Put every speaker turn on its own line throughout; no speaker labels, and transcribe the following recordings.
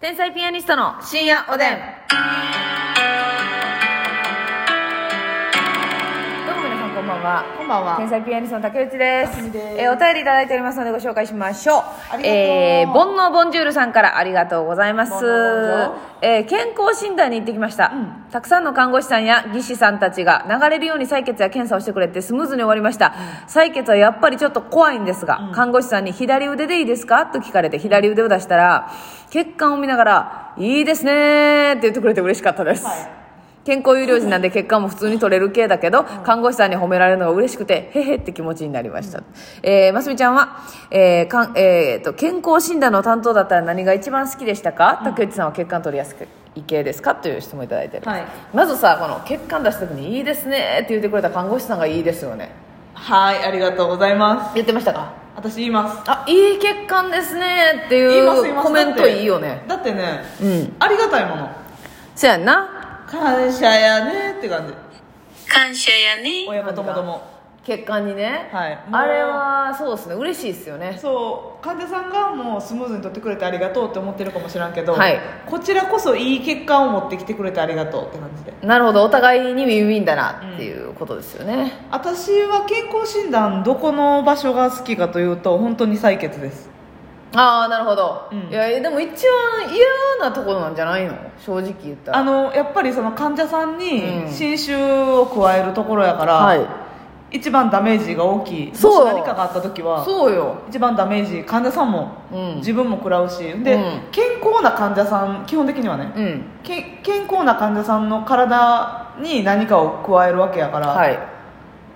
天才ピアニストの
深夜おでん。
どうも皆さんこんばんは
こんばんは。
天才ピアニストの竹内です
竹内です
えーお便りいただいておりますのでご紹介しましょう
ありがとう
えー、煩悩ボンジュールさんからありがとうございます
煩悩ボンジュ、
えー健康診断に行ってきました、たくさんの看護師さんや技師さんたちが流れるように採血や検査をしてくれてスムーズに終わりました、採血はやっぱりちょっと怖いんですが、看護師さんに左腕でいいですかと聞かれて左腕を出したら血管を見ながらいいですねーって言ってくれて嬉しかったです、
はい
健康有料児なんで血管も普通に取れる系だけど、看護師さんに褒められるのが嬉しくて、へへって気持ちになりました。えー、ますみちゃんは、えー、かんえーと、健康診断の担当だったら何が一番好きでしたか、竹内さんは血管取りやすく。い系ですかという質問いただいてる、
はい
まずさこの血管出した時に「いいですね」って言ってくれた看護師さんがいいですよね
はい、ありがとうございます。
言ってましたか
私言います。
あいい血管ですねって
言います、
い
言いうます。
コメントいいよね
だってね、
うん
ありがたいもの。
そやんな
感謝やねって感じ。
感謝やね。
親子ともども。
血管にね、
はい
あれはそうですね嬉しいですよね
そう患者さんがもうスムーズに取ってくれてありがとうって思ってるかもしらんけど、
はい
こちらこそいい血管を持ってきてくれてありがとうって感じで
なるほどお互いにウィンウィンだなっていうことですよね、
私は健康診断どこの場所が好きかというと本当に採血です
ああなるほど、
うん
いやでも一番嫌なところなんじゃないの正直言ったら
あのやっぱりその患者さん
う
に
ん
侵襲を加えるところやから、
はい
一番ダメージが大きいもし
そう
何かがあった時は
そうよ
一番ダメージ患者さんも、
うん
自分も食らうしで、
うん
健康な患者さん基本的にはね、
うん
け健康な患者さんの体に何かを加えるわけやから、
はい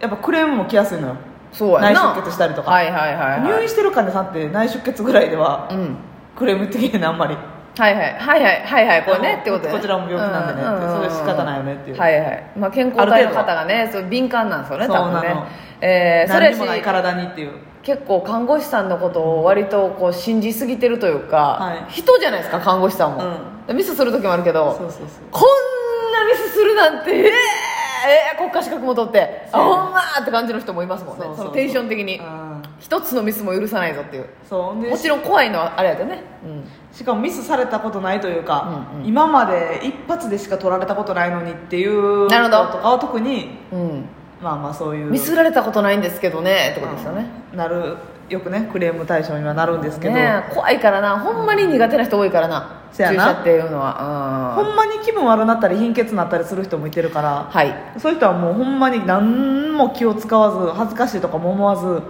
やっぱクレームも来やすいのよ
そうやな
内出血したりとか
はいはいはいは
入
い
院してる患者さんって内出血ぐらいでは
うん
クレームってきへんねあんまり
はいはいはいはいはいはいこれねってことね
こちらも病気なんでねってそれ仕方ないよねっていう
はいはい、まあ、健康体の方がねそう敏感なんですよね
そう
多分
な
ね
の
えーそれ
何にもない
し
体にっていう
結構看護師さんのことを割とこう信じすぎてるというか、
はい
人じゃないですか看護師さんも、ミスする時もあるけど
そうそうそう
こんなミスするなんてえーえー国家資格も取ってあ
そう
ほんまーって感じの人もいますもんね
そうそ
そ
う
のテンション的に
うん
一つのミスも許さないぞっていう
そうで
もちろん怖いのはあれやけどね、うん、
しかもミスされたことないというか、
うんうん
今まで一発でしか取られたことないのにっていう
なるほど
人とかは特に
うん、
まあまあそういう
ミスられたことないんですけどねってことですよね,、
なるよくねクレーム対象にはなるんですけど、
ねえ怖いからなほんまに苦手な人多いからな
せや
注
な
射っていうのは、
ほ
うん、
んまに気分悪なったり貧血になったりする人もいてるから
はい、
そういう人はもうほんまに何も気を使わず恥ずかしいとかも思わず、
ん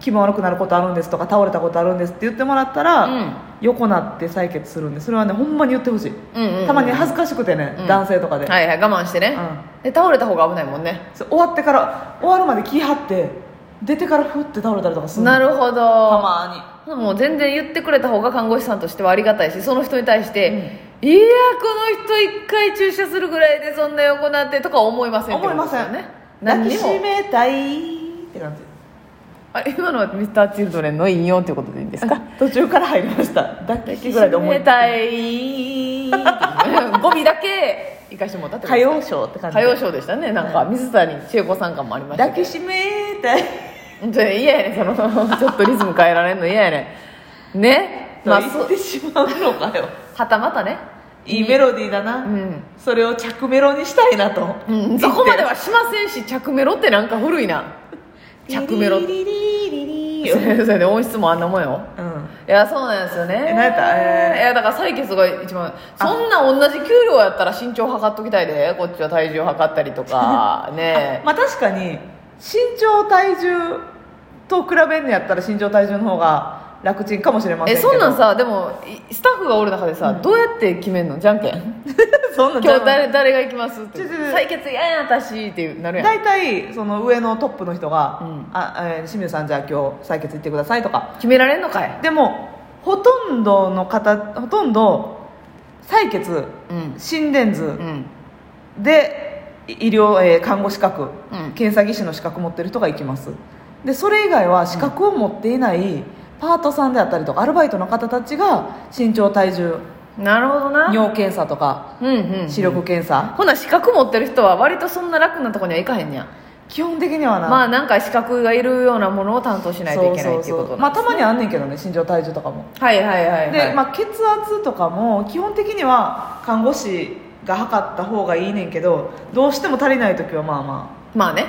気分悪くなることあるんですとか倒れたことあるんですって言ってもらったら、
うん
横なって採血するんでそれはねほんまに言ってほしい、
うんうんうん
たまに恥ずかしくてね、
うん
男性とかで、
はいはい我慢してね、
う
で倒れた方が危ないもんね
そう終わってから終わるまで気張って出てからふって倒れたりとかする
なるほど
たま
もう全然言ってくれた方が看護師さんとしてはありがたいしその人に対して、いやこの人一回注射するぐらいでそんな横なってとか思いませ
に
んって
思
こ
い
と
ま
です
せ
よ
ん
ね
抱き
に
し
も
めたいって感じ
あ今のはミスターチルドレンの引用ということでいいですか
途中から入りました抱きぐらいで思い
抱きしめたい語尾だけ生かしてもらったってこと
歌謡ショーって感じ
歌謡ショーでしたねなんか水谷千恵子さん感もありましたけ
抱き
ど
しめたい
本当に嫌やねその ちょっとリズム変えられんの嫌やねねま
まあ
あそ
言ってしまうのかよ
はたまたね
いいメロディーだな、
うん
それを着メロにしたいなと、
うん、そこまではしませんし着メロってなんか古いな着メロっ
リ
て
リリリリリリ
それで音質もあんなもんよ
うん
いやそうなんですよね
えなんやったえー
いやだから採血が一番そんな同じ給料やったら身長測っときたいでこっちは体重測ったりと かね
まあ確かに身長体重と比べんのやったら身長体重の方が楽ちんかもしれませ
え
んけど
そんなんさでもいスタッフがおる中でさ、どうやって決めんのじゃんけん
そんなん
今日誰誰が行きますって
ちょちょちょ
採血嫌や私ってなるやん
大体その上のトップの人が
う
「
ん
あえー清水さんじゃあ今日採血行ってください」とか
決められんのかい
でもほとんどの方ほとんど採血
うん
心電図、
うん
でい医療、えー看護資格、
うん
検査技師の資格持ってる人が行きますでそれ以外は資格を持っていないパートさんであったりとかアルバイトの方たちが身長体重
なるほどな
尿検査とか
うんうん
視力検査
ほな資格持ってる人は割とそんな楽なとこには行かへんねや
基本的にはな、
まあなんか資格がいるようなものを担当しないといけないっていうことな
まあ
んです
たまにあんねんけどね身長体重とかも
はいはいはいはい
で、まあ、血圧とかも基本的には看護師が測った方がいいねんけどどうしても足りない時はまあま
まあね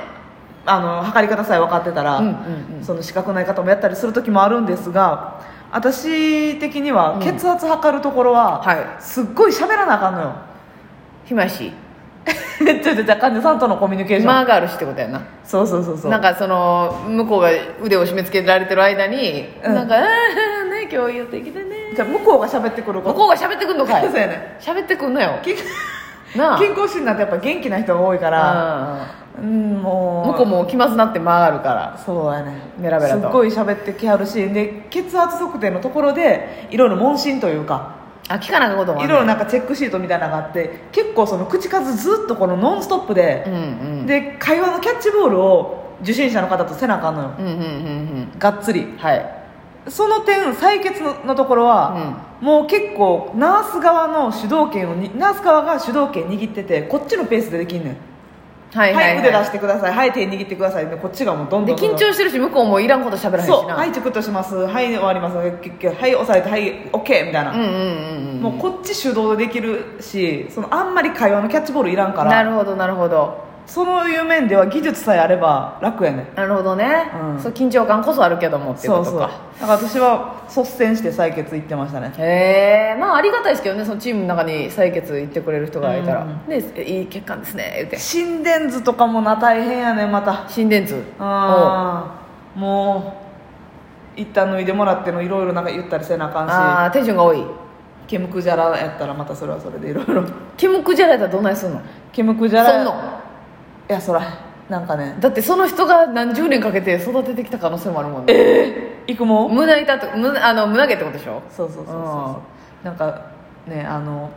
ああの測り方さえ分かってたら、
うんうんうん
その資格ない方もやったりする時もあるんですが私的には血圧測るところ
は
は、すっごい喋らなあかんのよ
暇やし
ちょっとじゃあ患者さんとのコミュニケーション、
間があるしってことやな
そうそうそうそう
なんかその向こうが腕を締め付けられてる間に、
うん
なんか「ああね今日言ってきてね
じゃあ向こうが喋ってくる」こ
向
と
こうが喋ってくんのかい
そうやね
喋ってくんなよ
健
なあ
健康診断ってやっぱ元気な人が多いからうんも
う
う
ん向こうも気まずなって間があるから
そうやね
メラメラと
すっごい喋ってきはるしで血圧測定のところでいろいろ問診というか
あ聞かなかこともあ
い
ん
ろいろ
ね
なんかチェックシートみたいなのがあって結構その口数ずっとこのノンストップで
うん、うん
で会話のキャッチボールを受診者の方とせなあかんのよ、
うんうんうん
がっつり
うんはい
その点採血ののところは、もう結構ナース側の主導権をにナース側が主導権握っててこっちのペースでできんねん
は
はいい、
はい、はい、
腕出してくださいはい手握ってくださいでこっちがもうどん
で
どんどんど
緊
ん
張してるし向こうもいらんこと喋らへんしな
そうはいチクッとしますはい終わりますはいキュッキュッはい押さえてはいオッケーみたいな、
うんうんうんうん
もうこっち主導でできるしそのあんまり会話のキャッチボールいらんか
な
ら
るほどなるほど
そういう面では技術さえあれば楽やねん
なるほどね、
うん
そう緊張感こそあるけどもっていう
そ
こ
うそ
と
うだ
か
から私は率先して採血行ってましたね
へえまあありがたいですけどねそのチームの中に採血行ってくれる人がいたら「でいい血管ですね」言うて
心電図とかもな大変やねんまた
心電図おう
ああもう一旦脱いでもらってのいろいろなんか言ったりせなあかんし
あーテンションが多い
ケムクジャラやったらまたそれはそれでいろいろ
キムクジャラやったらどんないすんの
ケムクジ
そ
ャラ
んの
いやそらなんかね
だってその人が何十年かけて育ててきた可能性もあるもんね
行くもん
胸板と胸あの胸毛ってことでしょ
そうそうそうそう
あ
そうなんかねあの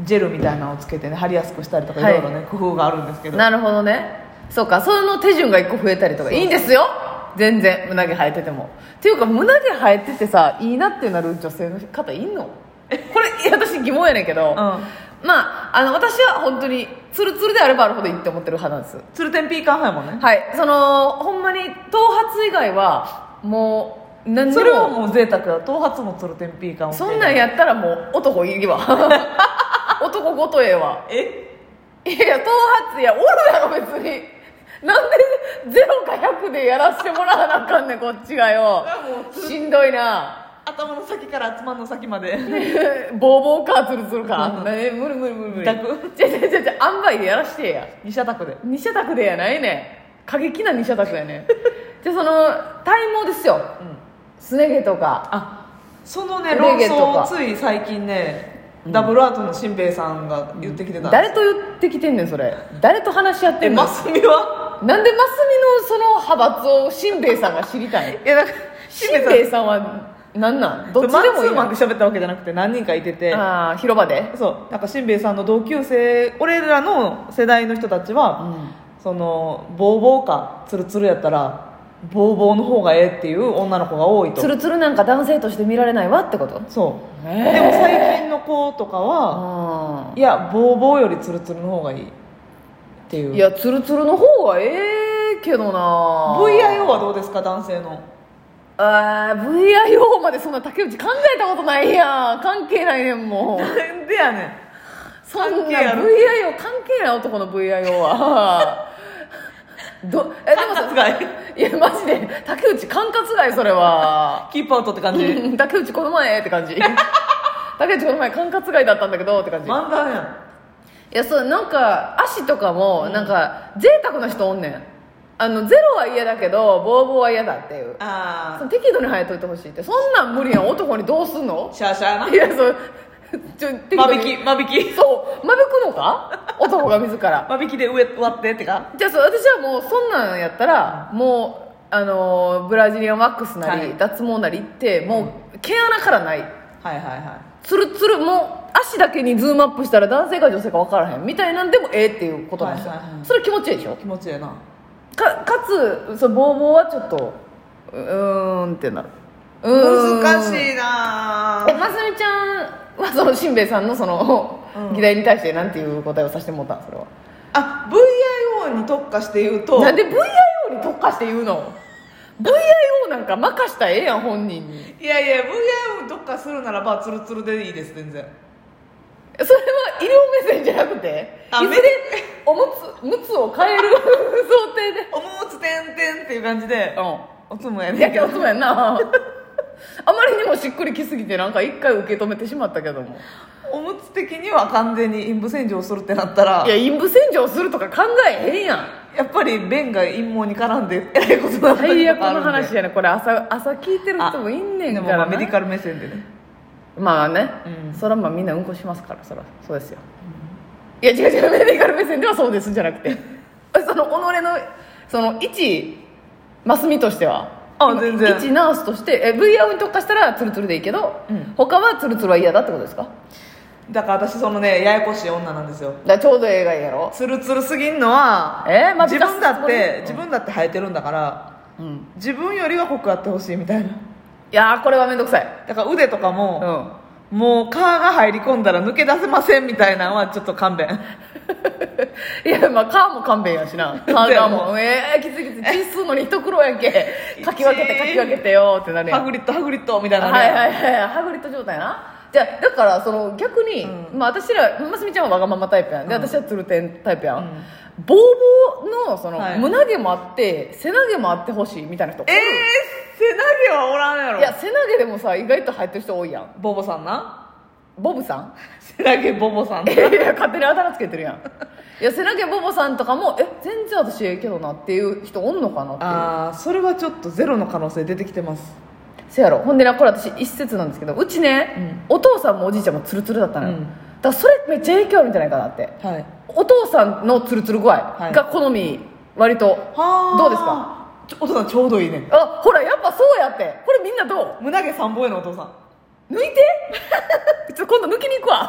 ジェルみたいなのをつけてね貼りやすくしたりとかい
はい
ろいろね工夫があるんですけど
なるほどねそうかその手順が1個増えたりとかいいんですよ全然胸毛生えててもっていうか胸毛生えててさいいなってなる女性の方いんのこれいや私疑問やねんけど、まああの私は本当にツルツルであればあるほどいいって思ってる派なんです
ツルテンピーカン派やもんね
はいそのほんまに頭髪以外はもう何でも
それはもう贅沢だ頭髪もツルテンピーカン OK
そんなんやったらもう男いい わ男ごとええわ
え
いやいや頭髪いやおるやろ別になんで0か100でやらしてもらわなあかんねんこっちがよしんどいな
頭の先からつまんの先ま で
ボーボーかツルツルかね無理無理無理無理
二択
じゃじゃじゃじゃあんばいでやらしてや
二社宅で
二社宅でやないねん過激な二社宅やねんじゃあその体毛ですよ、すね毛とか
あそのね
腕
論
毛とか
争をつい最近ねダブルアートのしんべヱさんが言ってきてたんです
誰と言ってきてんねんそれ誰と話し合って
え
んの
マスミは
なんでマスミのその派閥をしんべヱさんが知りたい
いやなんか
しんべヱさんはなんなんどっちでもいい
マン
の
ツーマンで喋ったわけじゃなくて何人かいてて
あー広場で
そうなんかしんべヱさんの同級生俺らの世代の人たちは、そのボーボーかツルツルやったらボーボーの方がええっていう女の子が多いと
ツルツルなんか男性として見られないわってこと
そう
ね
でも最近の子とかは
あ
いやボーボーよりツルツルの方がいいってい
ー
う
いやツルツルの方がええけどな
VIO はどうですか男性の
あー VIO までそんな竹内考えたことないやん関係ないねんもう
なんでやねん
そんな
関
VIO
係ある
関係ない男の VIO はどえでも
管轄外
いやマジで竹内管轄外それは
キープアウトって感じ
うん 竹内この前って感 じ竹内この前管轄外だったんだけどって感じい
漫談やん
やそうなんか足とかもなんか贅沢な人おんねんあのゼロは嫌だけどボーボーは嫌だっていうそ
あ
の適度に生えといてほしいってそんなん無理やん男にどうすんの
あシャーシャーない
やそうちょ適度
間
に
引き間引き
そう間引くのか男が自ら
間引きで上割ってってか
じゃあそう私はもうそんなんやったらもうあのーブラジリアンワックスなり、
はい
脱毛なり行ってもう毛穴からない
はいはいはい
ツルツルもう足だけにズームアップしたら男性か女性か分からへんみたいなんでもええっていうことなんですよ、
はいはいはい
それ気持ちいいでしょ
気持ちええな
かかつそうボーボーはちょっとうーんってなるうーん
難
い
しいな
えますみちゃんはそのしんべヱさんのその、議題に対してなんていう答えをさせてもらったんそれは
あ VIO VIO に特化して言うと
なんで VIO に特化して言うの VIO なんか任したらええやん本人に
いやいや VIO に特化するならばツルツルでいいです全然
それは医療目線じゃなくて
あ
いずれおむつむつを変える 想定で
おむつてんてんっていう感じで
う
おつむや
ん
ね
や
ん
け
けど
どそうやんなあまりにもしっくりきすぎてなんか一回受け止めてしまったけども
おむつ的には完全に陰部洗浄するってなったら
いや陰部洗浄するとか考えへんやん
やっぱり便が陰毛に絡んでえらいことになったり
最悪
とかある
の
んで
話やねこれ朝朝聞いてる人もいんねん
で
か
も
ら
ま
な
あメディカル目線でね
まあね、
うん
それはまあみんなうんこしますからそらそうですよ、いや違う違うメディカル目線ではそうですじゃなくて その己のその一マスミとしては
あ全然
一ナースとしてえ VR に特化したらツルツルでいいけど、
うん
他はツルツルは嫌だってことですかだか
だから私そのねややこしい女なんですよ
らちょうど映画やろ
ツルツルすぎんのは
えーまあ
自分だっ
別
て
に
自分だって生えてるんだから
うん
自分よりは濃くあってほしいみたいない
やーこれは面倒くさい
だから腕とか
う
も、
ん
もう皮が入り込んだら抜け出せませんみたいなのはちょっと勘弁
いやまあカーも勘弁やしなカーがもうええー、きついきつい血吸うのに一苦労やんけかき分けてかき分けてよってなるや
ハ
ん
グリッドハグリッドみたいなね、
はいはいはいハグリッド状態なじゃあだからその逆に、
う
まあ、私らますみちゃんはわがままタイプやんで、私はつるてんタイプやん、ボーボーのその、
はい
胸毛もあって背中毛もあってほしいみたいな人
えー、背投げはおらんやろ
いや背中毛でもさ意外と入ってる人多いやん
ボボさんな
ボブさん
背投げボボさん
いやいや勝手にあだ名つけてるやんいや背中毛ボボさんとかもえ全然私ええけどなっていう人おんのかなっていう
ああそれはちょっとゼロの可能性出てきてます
せやろほんでなこれ私一説なんですけどうちね、お父さんもおじいちゃんもツルツルだったのよ、
うん
だからそれめっちゃ影響あるんじゃないかなって
はい
お父さんのツルツル具合
はい
が好み割と
はあ
どうですか
ちょお父さんちょうどいいね
あほらやっぱそうやってこれみんなどう
胸毛3本やのお父さん
抜いて ちょっと今度抜きに行くわ